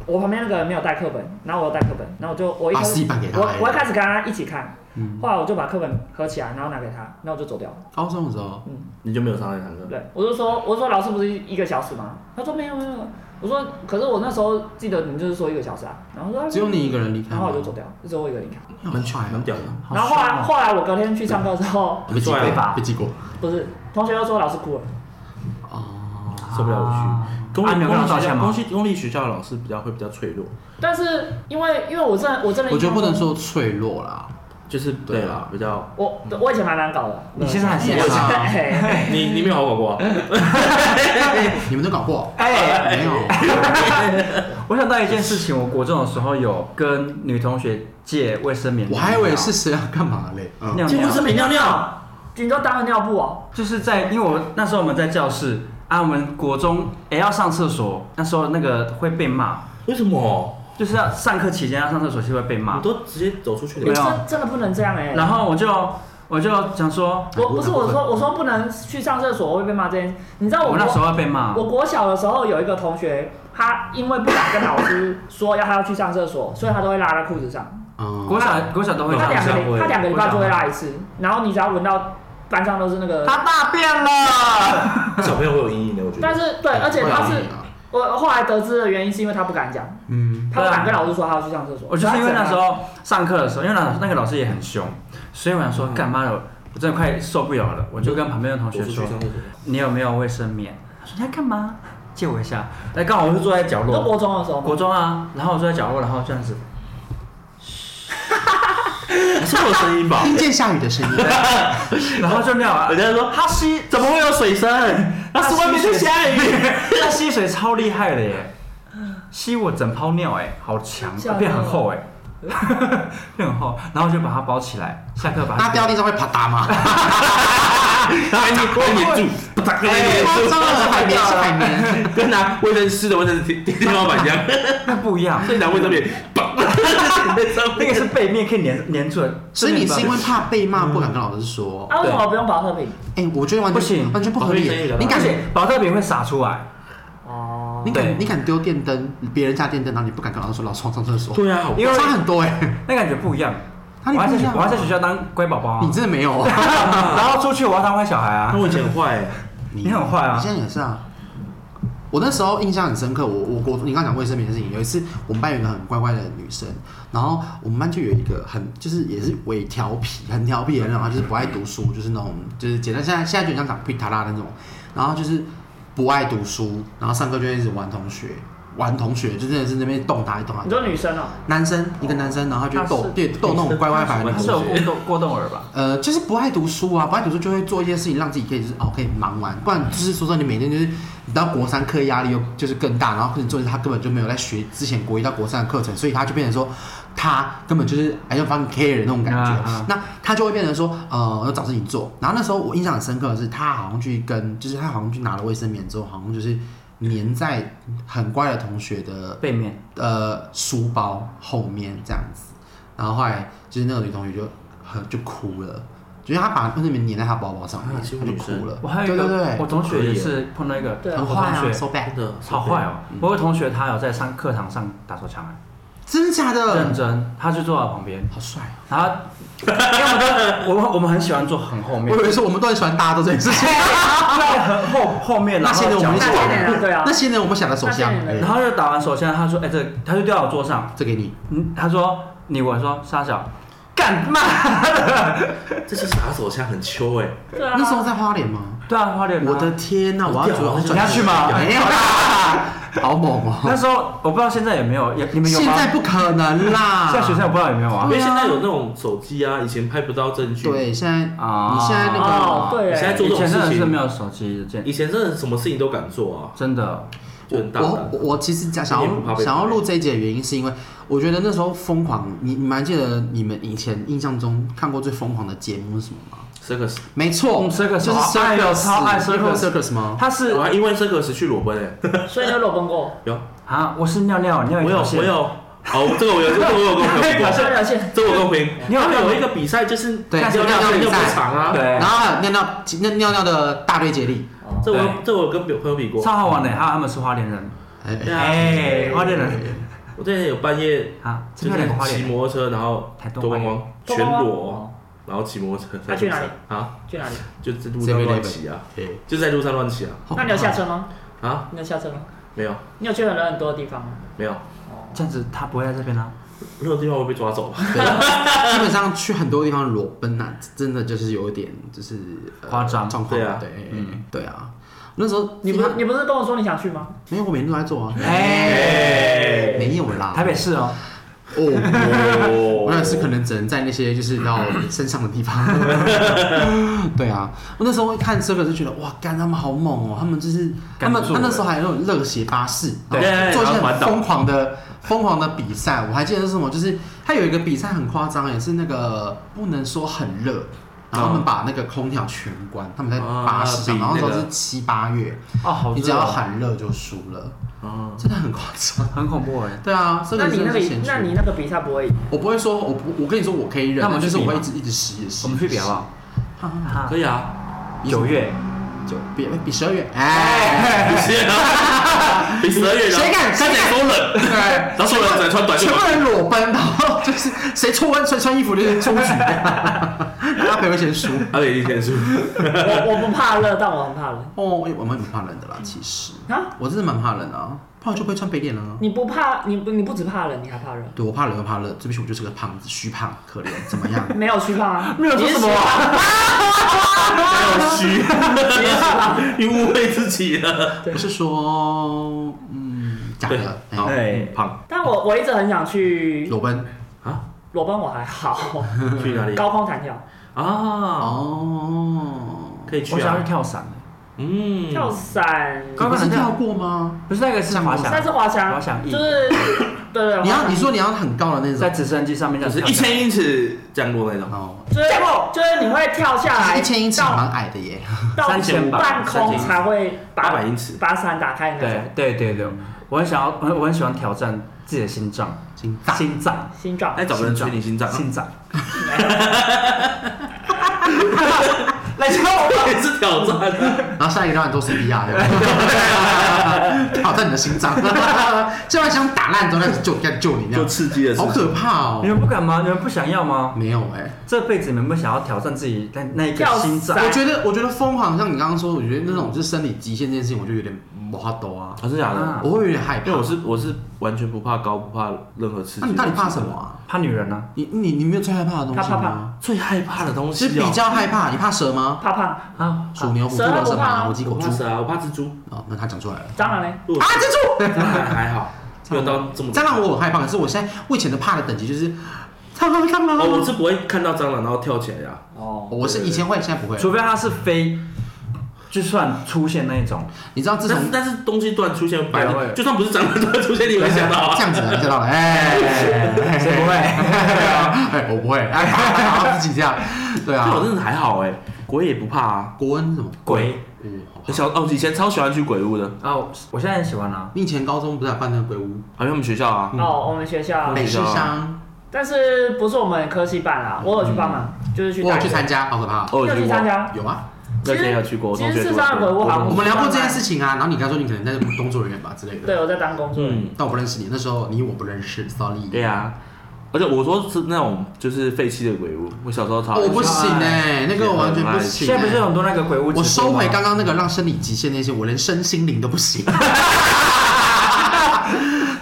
D: 我旁边那个人没有带课本，然后我有带课本，然后我就我一
A: 把
D: 开始、
A: C 版给他。哎
D: 我我一开始跟他一起看，
A: 嗯
D: 后来我就把课本合起来，然后拿给他，然后我就走掉了。
A: 高中的时候，
B: 你就没有上那堂课？
D: 对，我就说我就说老师不是一个小时吗？他说没有没有，我说可是我那时候记得你就是说一个小时啊，然后说
A: 只有你一个人离开
D: 然
A: 吗
D: 后我就走掉，就只有我一个人看。
A: 你好啊
B: 蛮
A: 坏哦
B: 蛮屌的。
C: 好
D: 然后后来
C: 爽哦
D: 后来我隔天去上课之后，
A: 被记过
B: 帅
C: 啊
A: 被记过
D: 不是同学又说老师哭了。
A: 哦，
B: 受不了
C: 啊
B: 我去。
C: 啊你有跟他道歉吗
B: 公立公立学校的老师比较会比较脆弱，
D: 但是因为因为我真的我真的
A: 我觉得不能
D: 印象
A: 说
D: 中，
A: 脆弱啦，
B: 就是
A: 对
B: 对啊啦，比较
D: 我我以前蛮难搞的。
C: 你现在还是
A: 你也是啊
D: 对
B: 你你没有好搞过啊，
A: 你们都搞过？
C: 哎，
A: 没有，
C: 我想到一件事情，我国中的时候有跟女同学借卫生棉，
A: 我还以为是谁要干嘛嘞？嗯
C: 尿
B: 几乎是
C: 尿，
B: 没尿尿，
D: 你都当了尿布哦，
C: 就是在因为我那时候我们在教室啊，我们国中也要上厕所，那时候那个会被骂，
B: 为什么？
C: 就是要上课期间要上厕所就会被骂
B: 你，都直接走出去
C: 没
D: 你
B: 了
C: 有，
D: 真真的不能这样哎。
C: 啊然后我就我就想说，
D: 我不是我说我说不能去上厕所，我会被骂这件事。你知道
C: 我
D: 我
C: 那时
D: 国
C: 候啊要被骂，
D: 我国小的时候有一个同学，他因为不敢跟老师说要他要去上厕所，所以他都会拉在裤子上。
A: 嗯，
C: 国小国小都会
D: 他
C: 这
D: 两个
C: 样，
D: 礼他两个礼拜就会拉一次，然后你只要闻到班上都是那个，
C: 他大便了，
B: 那小朋友会有阴影的，我觉
D: 但
B: 得。
D: 是对，而且
A: 会
D: 他
A: 有
D: 是
A: 你啊
D: 我我后来得知的原因是因为他不敢讲。
A: 嗯，
D: 他不敢跟老师说他要去上厕所。
C: 我就是因为那时
D: 所以
C: 候上课的时候，因为那那个老师也很凶，所以我想说干嘛了，我真的快受不了了，我就跟旁边的同
B: 我
C: 学
B: 出去
C: 说
B: 上，厕所，
C: 你有没有卫生棉？他说你在干嘛？借我一下。哎，刚好我是坐在角
D: 他整个，你说
C: 落，
D: 国中的时候吗，
C: 国中啊，然后我坐在角落，然后这样子，
B: 是有声音吧？
A: 听见下雨的声音，
C: 然后就 啊尿了
B: 人。家说
C: 他吸
B: 怎么会有水声？那是外面在下 雨。
C: 他吸水超厉害的耶，吸我整泡尿哎，好强
D: 吓，到
C: 变很厚哎， 变很厚，然后就把它包起来，下课把它
A: 那掉地上会啪嗒 吗？
B: 然后你关眼住，不打开眼
A: 夸张了，海绵是
B: 住，
A: 海绵。
B: 跟拿卫生湿的卫生纸贴天花板一样，
C: 那不一样，
B: 所以拿卫生棉，砰，
C: 那个是背面可以粘粘住的，
A: 所以你是因为
C: 正面
A: 怕被骂，不敢跟老师说？
D: 啊，为什么不用保特瓶？
A: 哎，我觉得完全
C: 嗯不行
A: 完全不合理
B: 我会生一个。
A: 你
C: 不
A: 敢
C: 行，而？且保特瓶会洒出来，
D: 哦
A: 你
C: 对
A: 敢你敢丢电灯，别人家电灯，然后你不敢跟老师说老师我上厕所，
B: 对啊，
C: 因为
A: 差很多哎。
C: 那感觉不一样。
A: 哪
C: 我
A: 里
C: 还
A: 不
C: 在
A: 一
C: 学
A: 样
C: 我还在学校当乖宝宝啊
A: 你，真的没 有啊？
C: 然后出去我要当坏小孩啊
B: 那。我以前很坏欸，
C: 你很坏啊
A: 你现在也是啊。我那时候印象很深刻，我我国你刚讲卫生棉的事情，有一次我们班有一个很乖乖的女生，然后我们班就有一个很就是也是伪调皮、很调皮的那种，她就是不爱读书，就是那种就是简单现在现在就很像讲皮塔拉那种，然后就是不爱读书，然后上课就一直玩同学，玩同学就真的是那边动她一动她
D: 你，说女生哦，
A: 男生一个男生，然后就
C: 他
A: 逗
C: 是
A: 对逗那种乖乖牌的同
B: 他
C: 他是有
A: 学
C: 过。动过动耳吧？
A: 呃，就是不爱读书啊，不爱读书就会做一些事情，让自己可以就是哦可以忙完，不然就是说说你每天就是你到国三课业压力又就是更大，然后可能就是他根本就没有在学之前国一到国三的课程，所以他就变成说他根本就是 I don't fucking care 的那种感觉，
C: 啊啊
A: 那他就会变成说呃要找事情做。然后那时候我印象很深刻的是，他好像去跟就是他好像去拿了卫生棉之后，好像就是粘在很乖的同学的
C: 背面
A: 呃书包后面这样子，然后后来就是那个女同学就很就哭了，就是他把那边粘在他包包上面，
B: 啊欺
A: 他
B: 负
A: 就
B: 女生
A: 哭了。
C: 我还有
A: 对
C: 一个，
A: 对对，
C: 我同学也是碰到一个
D: 对
A: 很
C: 同
A: 坏啊
C: 学
A: ，so bad，
B: 真的
C: 好坏哦！
A: 嗯
C: 我有同学他有在上课堂上打手枪，
A: 真的假
C: 哎，认
A: 的？
C: 真，他就坐在我旁边，
A: 好帅哦！
C: 然后 因为我们都我们我们很喜欢坐很后面
A: 我以，为是我们都很喜欢搭到这件事情。
C: 对，很后后面，
A: 那
C: 然
A: 些
C: 后
A: 人我
C: 讲
A: 们一起
D: 那些人
A: 玩，
D: 啊对啊
A: 那，些人我们想的手枪
D: 那些，人
C: 然后就打完手枪，他说：“哎，这他就掉到我桌上，
A: 这给你，
C: 嗯，他说你，我说沙小，干嘛的？
B: 这些打手枪很秋哎、
D: 对啊，
A: 那时候在花莲吗？
C: 对啊，花莲啊
A: 我的天呐，我要
B: 掉
A: 主要
B: 你
C: 你要去吗？
A: 没有啦，好猛
C: 那
A: 哦！
C: 时候我不知道现在 有没有，有你们有
A: 现
C: 吗？
A: 在不可能啦，
C: 现在学生我不知道有没有啊
B: 因
A: 对
B: 为
A: 啊
B: 现在有那种手机啊，以前拍不到证据。，
A: 对，现在
C: 啊
A: 你现在那
D: 哦，
A: 个，
D: 对耶，
B: 现在做
C: 以
B: 这种
C: 前真
B: 事
C: 的是没
B: 情，
C: 有手机的见，
B: 以前真的什么事情都敢做啊，
C: 真的
B: 就很大
A: 我
B: 胆。
A: 我我其实讲想
B: 你也不怕
A: 要
B: 被
A: 想要
B: 拍
A: 录这一集的原因，是因为我觉得那时候疯狂，你你们还记得你们以前印象中看过最疯狂的节目是什么吗？
B: circus，
A: 没错
C: 嗯，circus，
A: 就是
C: 好爱哦
A: circus，
C: 超爱 circus
A: 你有看过 circus 吗？
C: 他是
B: 我哦还因为 circus 去裸奔哎、
D: 所以你有裸奔过，
B: 有
C: 啊，我是尿尿，尿一
B: 我有
C: 条线
B: 我有，哦，这个我有，这个我有 跟我朋友
D: 我
B: 讲过，
D: 说表现，
B: 这个我跟我朋友，
C: 你有
B: 他们
C: 看过
B: 有一个比赛就是
A: 对
B: 尿
A: 尿
B: 尿尿
A: 尿比
B: 尿
A: 赛
B: 不长啊，
C: 对
A: 然，后还有尿尿尿尿尿的大队接力，
B: 这我有
C: 对
B: 这我有跟朋友比过，
C: 超好玩的，还有他们是花莲人，
A: 哎
B: 对啊
C: 哎，花莲人
B: 我之前有半夜
C: 啊，这
B: 就
C: 边
B: 是
C: 有两个花
B: 骑
C: 莲，
B: 摩托车，然后
C: 台东
B: 脱
C: 花
B: 光
C: 莲，
B: 光，全裸，然后骑摩托车在
D: 他去
B: 路
D: 哪里
B: 上啊，
D: 去哪里？
B: 就在路上乱骑啊，
A: 哎
B: 就在路上乱骑啊
D: 那你有下车吗？
B: 啊，
D: 你有下车吗？
B: 没有
D: 你有去很多很多地方吗？
B: 没有，
D: 哦，
C: 这样子他不会在这边啊啦，
B: 那个地方会被抓走吧？
A: 对，哎基本上去很多地方裸奔啊，真的就是有一点就是呃
C: 夸张
A: 状况，
B: 对啊
A: 对，
C: 嗯
A: 对啊。那时候
D: 你
A: 你
D: 不
A: 们
D: 你不是跟我说你想去吗？
A: 没有，我每天都在做啊，
C: 哎，
A: 没有啦，
C: 台北市哦，
A: 哦，
B: 哦
A: 我也是可能只能在那些就是要身上的地方。对啊，我那时候会看这个就觉得哇，干他们好猛哦，他们就是他
C: 干
A: 们
C: 住
A: 他
C: 了
A: 那时候还有那种热血巴士，
C: 对
A: 然后做一些
B: 然后
A: 很
B: 环岛
A: 疯狂的疯狂的比赛。我还记得是什么，就是他有一个比赛很夸张，也是那个不能说很热。然后他们把那个空调全关，他们在巴士上，
B: 嗯啊比
A: 然后那时候
B: 那个
A: 是七八月，
C: 哦，好
A: 你只
C: 热
A: 要
C: 哦，
A: 喊热就输了，
B: 哦，
A: 真的很夸张。
C: 很恐怖哎，
A: 对啊，这
D: 那
A: 个
D: 你
A: 真
D: 那
A: 的
D: 个
A: 是先
D: 那
A: 去
D: 你那个比赛不会赢，
A: 我不会说，我不，我跟你说，我可以忍，
C: 那我们
A: 但就是
C: 去比
A: 我会
C: 吗
A: 一直一直洗，一直洗。
C: 我们去比好不好？
A: 啊
C: 啊
B: 可以啊，
C: 九月，
A: 九比比十二月， 哎，
B: 比十二比十二月，然后
A: 谁敢
B: 看起来多冷，
A: 对，然
B: 然后所有人只能穿短袖
A: 全，部人裸奔，然后就是谁穿完谁穿衣服就是 出局，大家赔会先输。
B: 阿北一天输，
D: 我我不怕热，但我很怕冷
A: 哦，我我蛮不怕冷的啦，其实
D: 啊！
A: 我真的蛮怕冷的啊，怕冷就不会穿北脸了。
D: 你不怕你不你不只怕冷，你还怕热？
A: 对，我怕冷又怕热，对不起，我就是个胖子，虚胖，可怜，怎么 样？
D: 没有虚胖啊，
C: 没有说什么啊，
B: 还有虚，你误会自己了，
A: 不是说，嗯，假的，
B: 对
A: 好，
C: 哎，
B: 胖
D: 但我我一直很想去
A: 裸奔，
B: 啊，
D: 裸奔，我还好，
B: 去哪里
D: 高空弹跳、
B: 啊？
A: 哦，
B: 可以去
C: 我想
B: 啊
C: 要去，跳伞，
B: 嗯，
D: 跳伞，
A: 你不是跳过吗？
C: 不是那个是滑翔，
D: 但是滑翔，
C: 滑翔翼
D: 就是对对，
A: 你
D: 滑
A: 要
D: 翔
A: 你说你要很高的那
C: 在
A: 种，
C: 直升机上面这
B: 就
C: 样
B: 是
C: 跳
B: 一千英尺降落那种，
A: 哦，
D: 就是就是你会跳下
A: 其
D: 来，
A: 实一千英尺蛮
D: 到
A: 矮的耶。
D: 到
C: 3500吧
D: 半空才会把
B: 800英尺
D: 把伞打开的那种
C: 对对对对，我很想要，我很我很喜欢挑战自己的心脏，
A: 心脏
C: 心脏，
D: 心脏
B: 哎，。找个人吹你心脏，
C: 心脏。来教我，
B: 也是挑战啊，
A: 然后下一个让你做 CPR，有没有 挑战你的心脏，就然想打烂之后，那就该救你那
B: 就
A: 样，
B: 刺激的事
A: 好
B: 情。
A: 可怕
C: 你
A: 哦。
C: 们不敢吗？你们不想要吗？
A: 没有哎，
C: 这辈子你们不想要挑战自己那那一个
D: 跳
C: 心脏
D: 伞？
A: 我觉得我觉得疯狂，像你刚刚说，我觉得那种就是生理极限这件事情，我就有点不怕抖啊，
B: 啊，真假的
C: 啊？
A: 我会有点害怕
B: 因为。我是我是完全不怕高，不怕任何刺激。
A: 那你到底怕什么？啊？
C: 怕女人呢？
A: 你你你没有最害怕的东西
D: 他
A: 吗
D: 怕怕？
B: 最害怕的东
A: 是
B: 西、哦
A: 比较害怕，你怕蛇吗？
D: 怕胖，
C: 啊，
A: 鼠牛、虎、兔、
D: 蛇
A: 老蛇、
D: 不怕
A: 马
D: 啊
A: 狼、虎、鸡、
B: 我
A: 狗、
B: 怕
A: 猪。
B: 蛇啊，我怕蜘蛛。
A: 哦，那他讲出来了。
D: 蟑螂嘞，
B: 如果
A: 啊，蜘蛛！
B: 蟑螂 还好，没有到这么。
A: 蟑螂我很害怕，可是我现在我以前的怕的等级就是蟑螂蟑螂。
B: 哦，我是不会看到蟑螂然后跳起来啊呀、
D: 哦，
A: 我是以前会，现在不会。
C: 除非它是飞，就算出现那一种，
A: 你知道自
B: 但
A: 从
B: 是但是东西突然出现，白
C: 对会
B: 的，就算不是蟑螂突然出现，你也会想到啊
A: 这。样子的，你知道了，哎，
C: 谁不会？
A: 哎，我不会， 哎，打到自己这样，对
B: 但我
A: 啊。
B: 真的还好哎、鬼也不怕啊。
A: 国文是什么？
C: 鬼
A: 哦，
B: 小哦，以前超喜欢去鬼屋的，
C: 啊！我我现在很喜欢啊，
A: 你以前高中不是还办那个鬼屋？
B: 好像我们学校啊，
D: 哦，我们学校
B: 嗯
A: 美式商，
D: 但是不是我们科系办啦，我有去帮忙，就是
A: 嗯
D: 去
A: 我
D: 带
A: 有去
D: 队
A: 参加，好可怕哦！
B: 哦，
D: 你有去参加？
A: 有啊，
B: 那天要去过，我
D: 其实
B: 同学
D: 其实上海鬼屋好像
A: 我们聊过这件事情啊。然后你刚说你可能在工作人员吧之类
D: 对，
A: 的，
D: 我在当工作人员。
B: 嗯，
A: 但我不认识你，那时候你我不认识，sorry。
B: 对啊，而且我说是那种就是废弃的鬼屋，哦我小时候超
A: 哦我不行哎、那个我完全不
C: 现
A: 行、
C: 在不是有
A: 欸。
C: 很多那个鬼屋直
A: 我
C: 播吗？
A: 收回刚刚那个让生理极限那些，我连身心灵都不 行。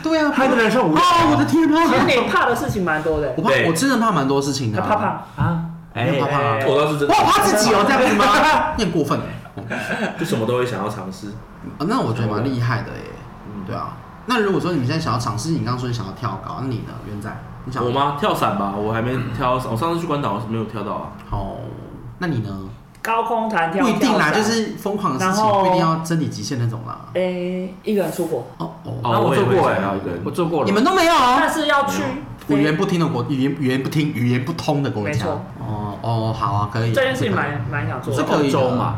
A: 对啊，
C: 拍的人生无聊
A: 哦，我的天
D: 其实
A: 啊！
D: 哎你怕的事情蛮多的，哎
A: 我怕，
B: 对
A: 我真的怕蛮多事情的、
D: 怕。怕，
C: 啊，
A: 没有怕怕
B: 哎我倒是真
A: 我
B: 的
A: 好怕自己哦，这样子 吗？你很过分哎、
B: 就什么都会想要尝试。
A: 哦那我觉得蛮厉害的耶、欸
D: 嗯
A: 对啊。那如果说你们现在想要尝试，你刚刚说你想要跳高，那你呢，元仔？你想
B: 我？吗？跳伞吧，我还没跳伞。我上次去关岛我是没有跳到啊。
A: 哦，那你呢？
D: 高空弹跳
A: 不一定啦，就
D: 跳伞
A: 是疯狂的事情，
D: 然后
A: 不一定要身体极限那种啦。
D: 诶，哎一个人出国，
A: 哦哦，
B: 哦
C: 那我做
B: 我也
C: 过
B: 会
C: 哎
B: 想要一个人，
C: 我做过了。
A: 你们都没有哦。
D: 但是要去
A: 语言不听的国，语言语言不听，语言不通的国
D: 没
A: 家
D: 错。
A: 哦哦，好啊，可以。
D: 这件事情蛮蛮想做
A: 这
D: 的。
A: 可以
C: 欧
A: 的
C: 洲嘛，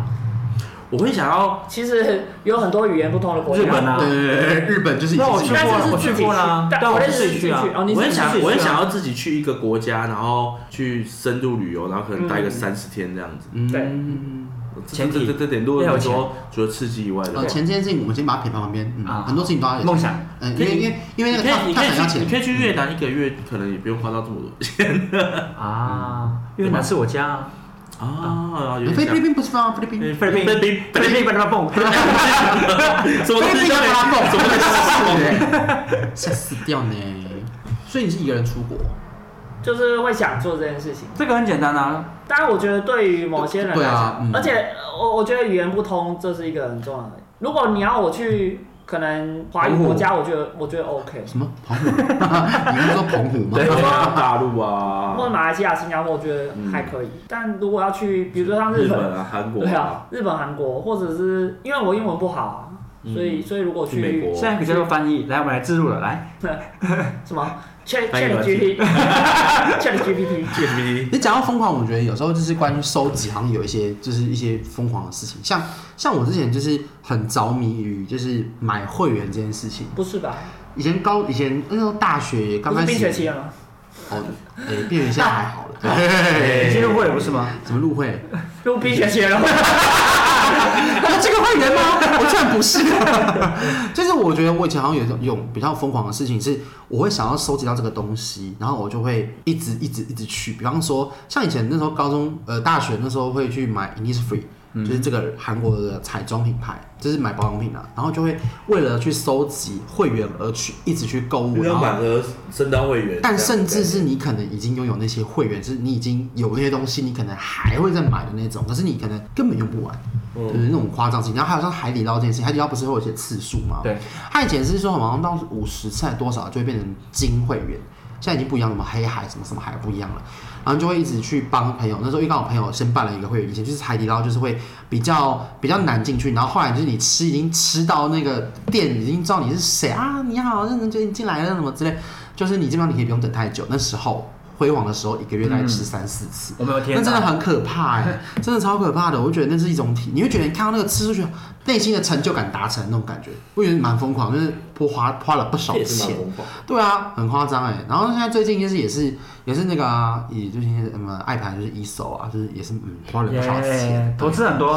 B: 我会想要
D: 其实有很多语言不通的国家，
C: 日本啊
A: 对对对，对日本就是已经
C: 那我
A: 是
C: 去
D: 但
C: 过
D: 是
C: 了，
D: 是
C: 我去过啦，
D: 但
C: 但
D: 我
C: 我
D: 认
C: 是
D: 识
C: 自己去啊。
D: 哦，你
B: 我
D: 是
B: 很
D: 自己
B: 想，
D: 去
B: 我很
D: 啊
B: 想要自己去一个国家，然后去深度旅游，然后可能待个
D: 嗯
B: 三十天这样子。
A: 嗯
D: 对
B: 这
C: 前提
B: 这这这点，如果
C: 要有
B: 你说除了刺激以外
A: 呃，
B: 的，
A: 前这件事情我们先把它撇到旁边，嗯，
C: 啊
A: 很多事情都要有
C: 梦想，
A: 嗯，因为因为因为
B: 你
A: 那
B: 可
A: 个跳
B: 以你
A: 跳
B: 可以
A: 伞要
B: 去，
A: 钱
B: 你，可以去越南一个月，可能也不用花到这么多钱
C: 啊，越南是我家啊，
B: 啊。有
A: 哎
B: 点
A: 菲律
B: 像
A: 宾不是吗？菲律宾，
C: 菲律宾
B: 菲律宾
C: 菲律宾巴拉蹦，
A: 菲律宾要
B: 什么东西都没
A: 拉
B: 什么东西
A: 蹦，对吓死掉呢。所以你是一个人出国，
D: 就是会想做这件事情。
C: 这个很简单啊，
D: 当然，我觉得对于某些人来
A: 对
D: 讲，
A: 啊嗯
D: 而且呃我我觉得语言不通这是一个很重要的。如果你要我去可能华语国家，我觉得我觉得 OK，
A: 什么澎湖？ 你是说澎湖吗？
B: 对啊，大陆
D: 或者
B: 啊，
D: 马来西亚、新加坡，我觉得还可以。但如果要去，比如说像
B: 日
D: 日
B: 本
D: 本，
B: 啊，韩国
D: 对啊，，日本、韩国，或者是因为我英文不好啊，所以所以如果
B: 去美国啊
D: 去
B: 我
C: 现在可叫做翻译。来，我们来自入了，来，
D: 什么 Chat
B: 翻译
D: Chat
B: 软件
D: GPT Chat GPT，
B: 这个 PPT
A: 你讲到疯狂，我觉得有时候就是关于收集，好像有一些就是一些疯狂的事情，像像我之前就是很着迷于就是买会员这件事情。
D: 不是吧？
A: 以前高以前那时候大学刚
D: 不是
A: 开
D: 冰雪
A: 始，
D: 奇缘吗？
A: 哦，哎、变成现在还好了。
C: 你进
A: 嘿
C: 入会了不是吗？
A: 怎么入会？
D: 入冰雪奇缘了。
A: 有这个会员吗？我居然不是。 就是我觉得我以前好像有一种有比较疯狂的事情，是我会想要收集到这个东西，然后我就会一直一直一直去。比方说，像以前那时候高中呃大学那时候会去买 Innisfree。就是这个韩国的彩妆品牌，就是买保养品啊，然后就会为了去收集会员而去一直去购物，然
B: 要
A: 后
B: 满额升到会员，
A: 但甚至是你可能已经拥有那些会员，就是你已经有那些东西，你可能还会再买的那种，可是你可能根本用不完，
B: 嗯
A: 就是那种夸张性。然后还有像海底捞这件事情，海底捞不是会有一些次数吗？
C: 对，
A: 它以前是说好像到五十次还多少就会变成金会员，现在已经不一样了嘛，黑海什么什么海不一样了。然后就会一直去帮朋友，那时候因为刚好朋友先办了一个会员，以前就是海底捞就是会比较比较难进去，然后后来就是你吃已经吃到那个店已经知道你是谁啊，你好，认真就已经进来了什么之类，就是你基本上你可以不用等太久，那时候辉煌的时候一个月大概吃三四次。
C: 我们有天
A: 那真的
C: 堂，
A: 很可怕哎、真的超可怕的。我就觉得那是一种体，你会觉得你看到那个次数，觉得内哦心的成就感达成那种感觉，我觉得蛮疯狂，就是多花花了不少
B: 这也是
A: 钱
B: 蛮。疯狂。
A: 对啊，很夸张哎。然后现在最近就是也是也是那个啊，也就是什么爱牌就是一手啊，就是也是嗯花了不少钱
C: 耶。投资很多，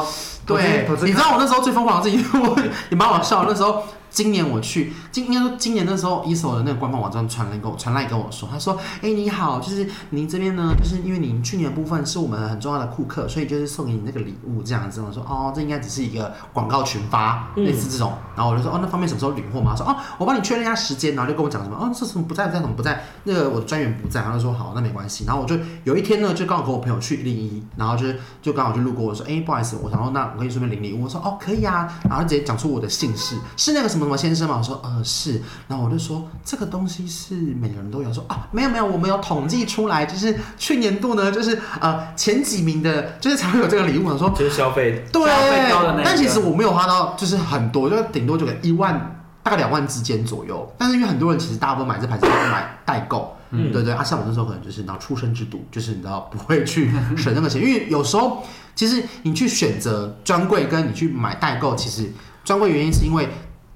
C: 投资
A: 对
C: 投，资
A: 你知道我那时候最疯狂的事情， 我也蛮好笑的。那时候今年我去，今应该说今年那时候一手的那个官方网站传来跟我传来跟我说，他说：“哎、你好，就是您这边呢，就是因为您去年的部分是我们很重要的顾客，所以就是送给你那个礼物这样子。”我说：“哦，这应该只是一个广告群发，类似这种。然后我就说：“哦，那方面什么时候领货吗？”他说：“哦，我帮你确认一下时间。”然后就跟我讲什么：“哦，这什么不在不在什么不在，那个我的专员不在。”然后就说：“好，那没关系。”然后我就有一天呢，就刚好跟我朋友去零一，然后就是就刚好就路过，我说：“哎、不好意思，我想说那我可以顺便领礼物。”我说：“哦，可以啊。”然后直接讲出我的姓氏是那个什么什么先生吗？我说：“呃，是。”然后我就说：“这个东西是每个人都有。”说：“啊，没有没有，我们有统计出来，就是去年度呢，就是呃前几名的，就是才会有这个礼物。”我说：“
B: 就是消费，
A: 对
C: 消费高的那一，个
A: 但其实我没有花到，就是很多，就顶多就给一万，大概两万之间左右。但是因为很多人其实大部分买这牌子都是买代购，嗯，对对。啊，像我那时候可能就是你知道出生之犊， 就是你知道不会去省那个钱，因为有时候其实你去选择专柜跟你去买代购，其实专柜原因是因为。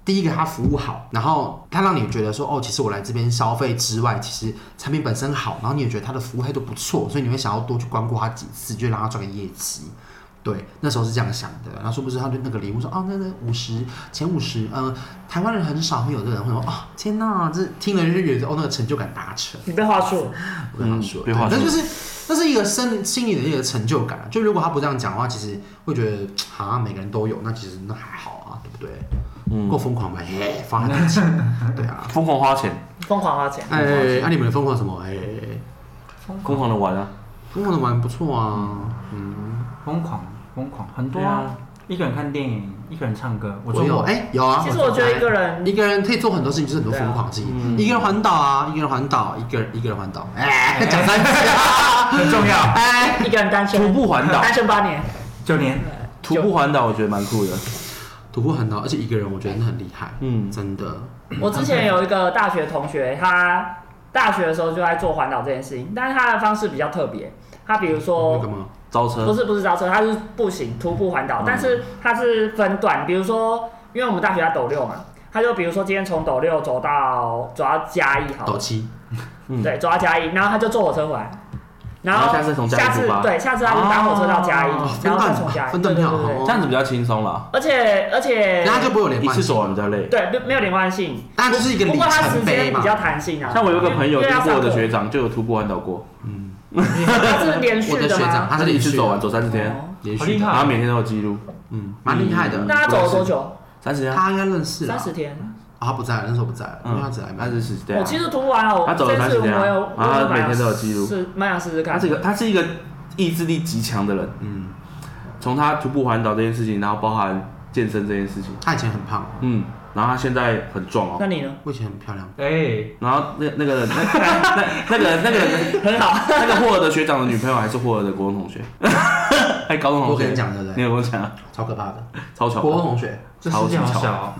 A: 第一个它服务好，然后它让你觉得说哦，其实我来这边消费之外，其实产品本身好，然后你也觉得它的服务态度不错，所以你会想要多去光顾它几次，就让它赚个业绩。对，那时候是这样想的，然后殊不知他对那个礼物说，哦，那那五十前五十，嗯，台湾人很少会有这人会说，哦，天哪，这听了就觉得哦，那个成就感达成，
D: 你被话术，
A: 我跟他说，
B: 嗯
A: 对
B: 对话术
A: 那就是那是一个生心里的一个成就感啊，就如果他不这样讲的话，其实会觉得啊，每个人都有，那其实那还好啊，对不对？够
B: 嗯，
A: 疯狂哎吧，嘿，发很多 钱，对啊，
B: 疯狂花钱，
D: 疯狂花钱，
A: 哎，那、你们疯狂什么？哎，
B: 疯狂的玩啊，
A: 疯狂的玩不错啊，嗯，
C: 疯狂疯狂很多
B: 对
C: 啊
B: 啊，
C: 一个人看电影，一个人唱歌，我
A: 我
C: 做
A: 有，
C: 过，
A: 哎、有啊，
D: 其实我觉得一 个人
A: 一个人可以做很多事情，就是很多疯狂的事情。
B: 对啊嗯
A: 一个人环岛啊，一个人环岛，一个人一个人环岛，哎，讲三次啊，
C: 很重要，
A: 哎，
D: 一个人单身，
B: 徒步环岛
D: 单，身八年，
C: 九年
B: 徒步环岛我觉得蛮酷的，
A: 徒步环岛，而且一个人我觉得那很厉害，
B: 嗯
A: 真的。
D: 我之前有一个大学同学，他大学的时候就在做环岛这件事情，但是他的方式比较特别。他比如
A: 那
D: 说
A: 个，吗？
B: 招
D: 不
B: 车，
D: 是不是招车，他是步行徒步环岛，但是他是分段，比如说，因为我们大学在斗六嘛，他就比如说今天从斗六走到走到嘉义好
A: 斗
D: 了，
A: 七，
B: 嗯
D: 对，走到嘉义，然后他就坐火车回来，然
B: 然
D: 后
B: 后下次从嘉义
D: 下次
B: 出发
D: 对，下次他就搭火车到嘉义
A: 哦，
D: 然后
A: 分
D: 再
A: 段
D: 从嘉义，
A: 分段
D: 对对
A: 票
D: 对
A: 哦
D: 对，
B: 这样子比较轻松啦，
D: 而且而且
A: 那他就不会有连
B: 一
A: 贯
B: 次
A: 性
B: 走完比较累。
D: 对没没有连贯性，
A: 但就是一个
D: 不
A: 里
D: 过他时
A: 程碑
D: 间
A: 嘛
D: 比。较弹性啊。
B: 像我有一个朋友
D: 因为
B: 英
D: 要
B: 国的
D: 上课
B: 学长就有徒步环岛过，
A: 嗯，
D: 他是连
A: 我
D: 续
A: 的
D: 的啊
A: 学长
D: 吗？
A: 他
B: 他
A: 是
B: 是一
A: 连续
B: 次走完
A: 的，
B: 走三十天，
D: 哦
A: 连
C: 好
A: 续
C: 厉
A: 的，
C: 害
B: 然后每天都有记录，
A: 嗯，蛮厉害的。
D: 那他走了多久？
B: 三十天啊
A: 他应该认识啦
D: 三十天。
A: 啊，他不在了，那时候不在了，因为他
B: 嗯
A: 只来，买
B: 但。是是这
D: 我
B: 样。
D: 其实涂完了，我
B: 他走了
D: 这次
B: 30
D: 我
B: 天啊
D: 有，
B: 然后
D: 我有
B: 每
D: 买
B: 天都有记录
D: 是蛮想试试看。
B: 他是一个，他是一个意志力极强的人。
A: 嗯，
B: 从他徒步环岛这件事情，然后包含健身这件事情，
A: 他以前很胖，
B: 嗯，然后他现在很壮哦。
D: 那你呢？
A: 我以前很漂亮。
C: 哎，
B: 然后那那个那那那个那个很好，那个霍尔的学长的女朋友还是霍尔的国中同学，还高中同学。
A: 我跟你，讲，对不
B: 你
A: 对？
B: 有跟我讲啊，
A: 超可怕的。
B: 超巧
A: 国文
B: 的。
A: 同学，
C: 这世界好
B: 超级
C: 小哦，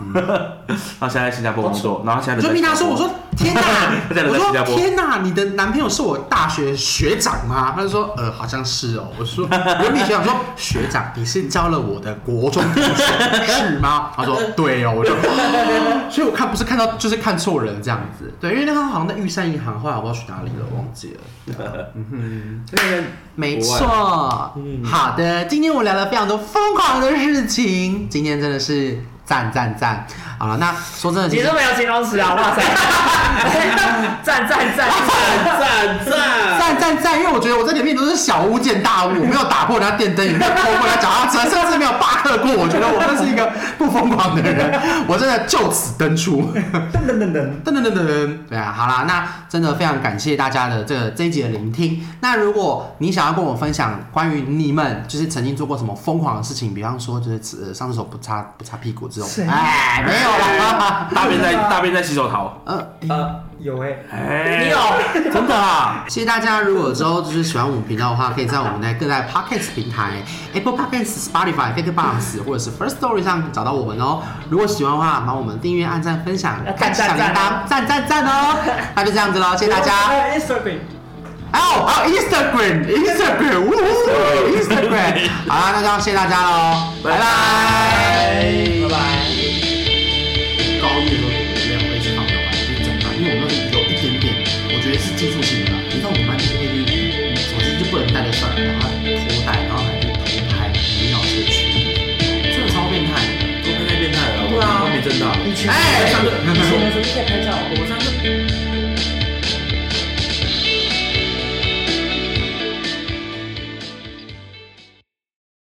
B: 他现在在新加坡工作，然后他现在
A: 我就
B: 人
A: 逼他
B: 在新
A: 说，我
B: 加坡
A: 说天哪，
B: 他在
A: 我
B: 人在新
A: 说
B: 加坡
A: 天哪，你的男朋友是我大学学长吗？他就说呃，好像是哦。我说我跟你学长说，学长你是教了我的国中同学是吗？他说对哦，我就，所以我看不是看到就是看错人这样子，对，因为那个好像在玉山银行，后来我不知道去哪里了，忘记了。没错，好的，今天我聊了非常多疯狂的事情，今天真的是赞赞赞。好了，那说真的，其
D: 你
A: 实
D: 都没有形容词啊！哇塞，
B: 赞
D: 赞赞赞！
B: 赞，
A: 赞赞赞！因为我觉得我这里面都是小巫见大巫，我没有打破人家电灯，也没有偷过人家脚踏车，甚至没有罢课过。我觉得我真是一个不疯狂的人，我真的就此登出。
C: 噔噔噔噔。
A: 噔噔噔噔，对啊，好啦，那真的非常感谢大家的这个这一集的聆听。那如果你想要跟我分享关于你们就是曾经做过什么疯狂的事情，比方说就是呃上厕所不擦不擦屁股这种，哎，没有 啦，
B: 大便在大便在洗手槽，
A: 呃，
C: 呃，有哎，
B: 哎，
D: 你有
B: 真的啊？
A: 谢谢大家。如果之后就是喜欢我们频道的话，可以在我们的各大 podcast 平台，Apple Podcast、Spotify、KKBox 或者是 First Story 上找到我们哦。如果喜欢的话，帮我们订阅、按赞、分享、开启小铃铛，赞赞赞 哦！那就这样子喽，谢谢大家。
C: 哎，Instagram，
A: 哦哦，Instagram，Instagram，呜 呜，Instagram。好啦，那就谢谢大家喽，拜拜。
D: 拜拜。
A: 高一的时候没有一直放牛班，就是整班，因为我们那时候有一点点，我觉得是技术性的啦。你看我们班就是会去，手机就不能带着上，然后偷带，然后还去偷拍领导社区，真的超变态的。
B: 我太变态了，我光明正大。
A: 哎。
B: 你说
E: 我 们是不是可以拍照？
B: 我上次。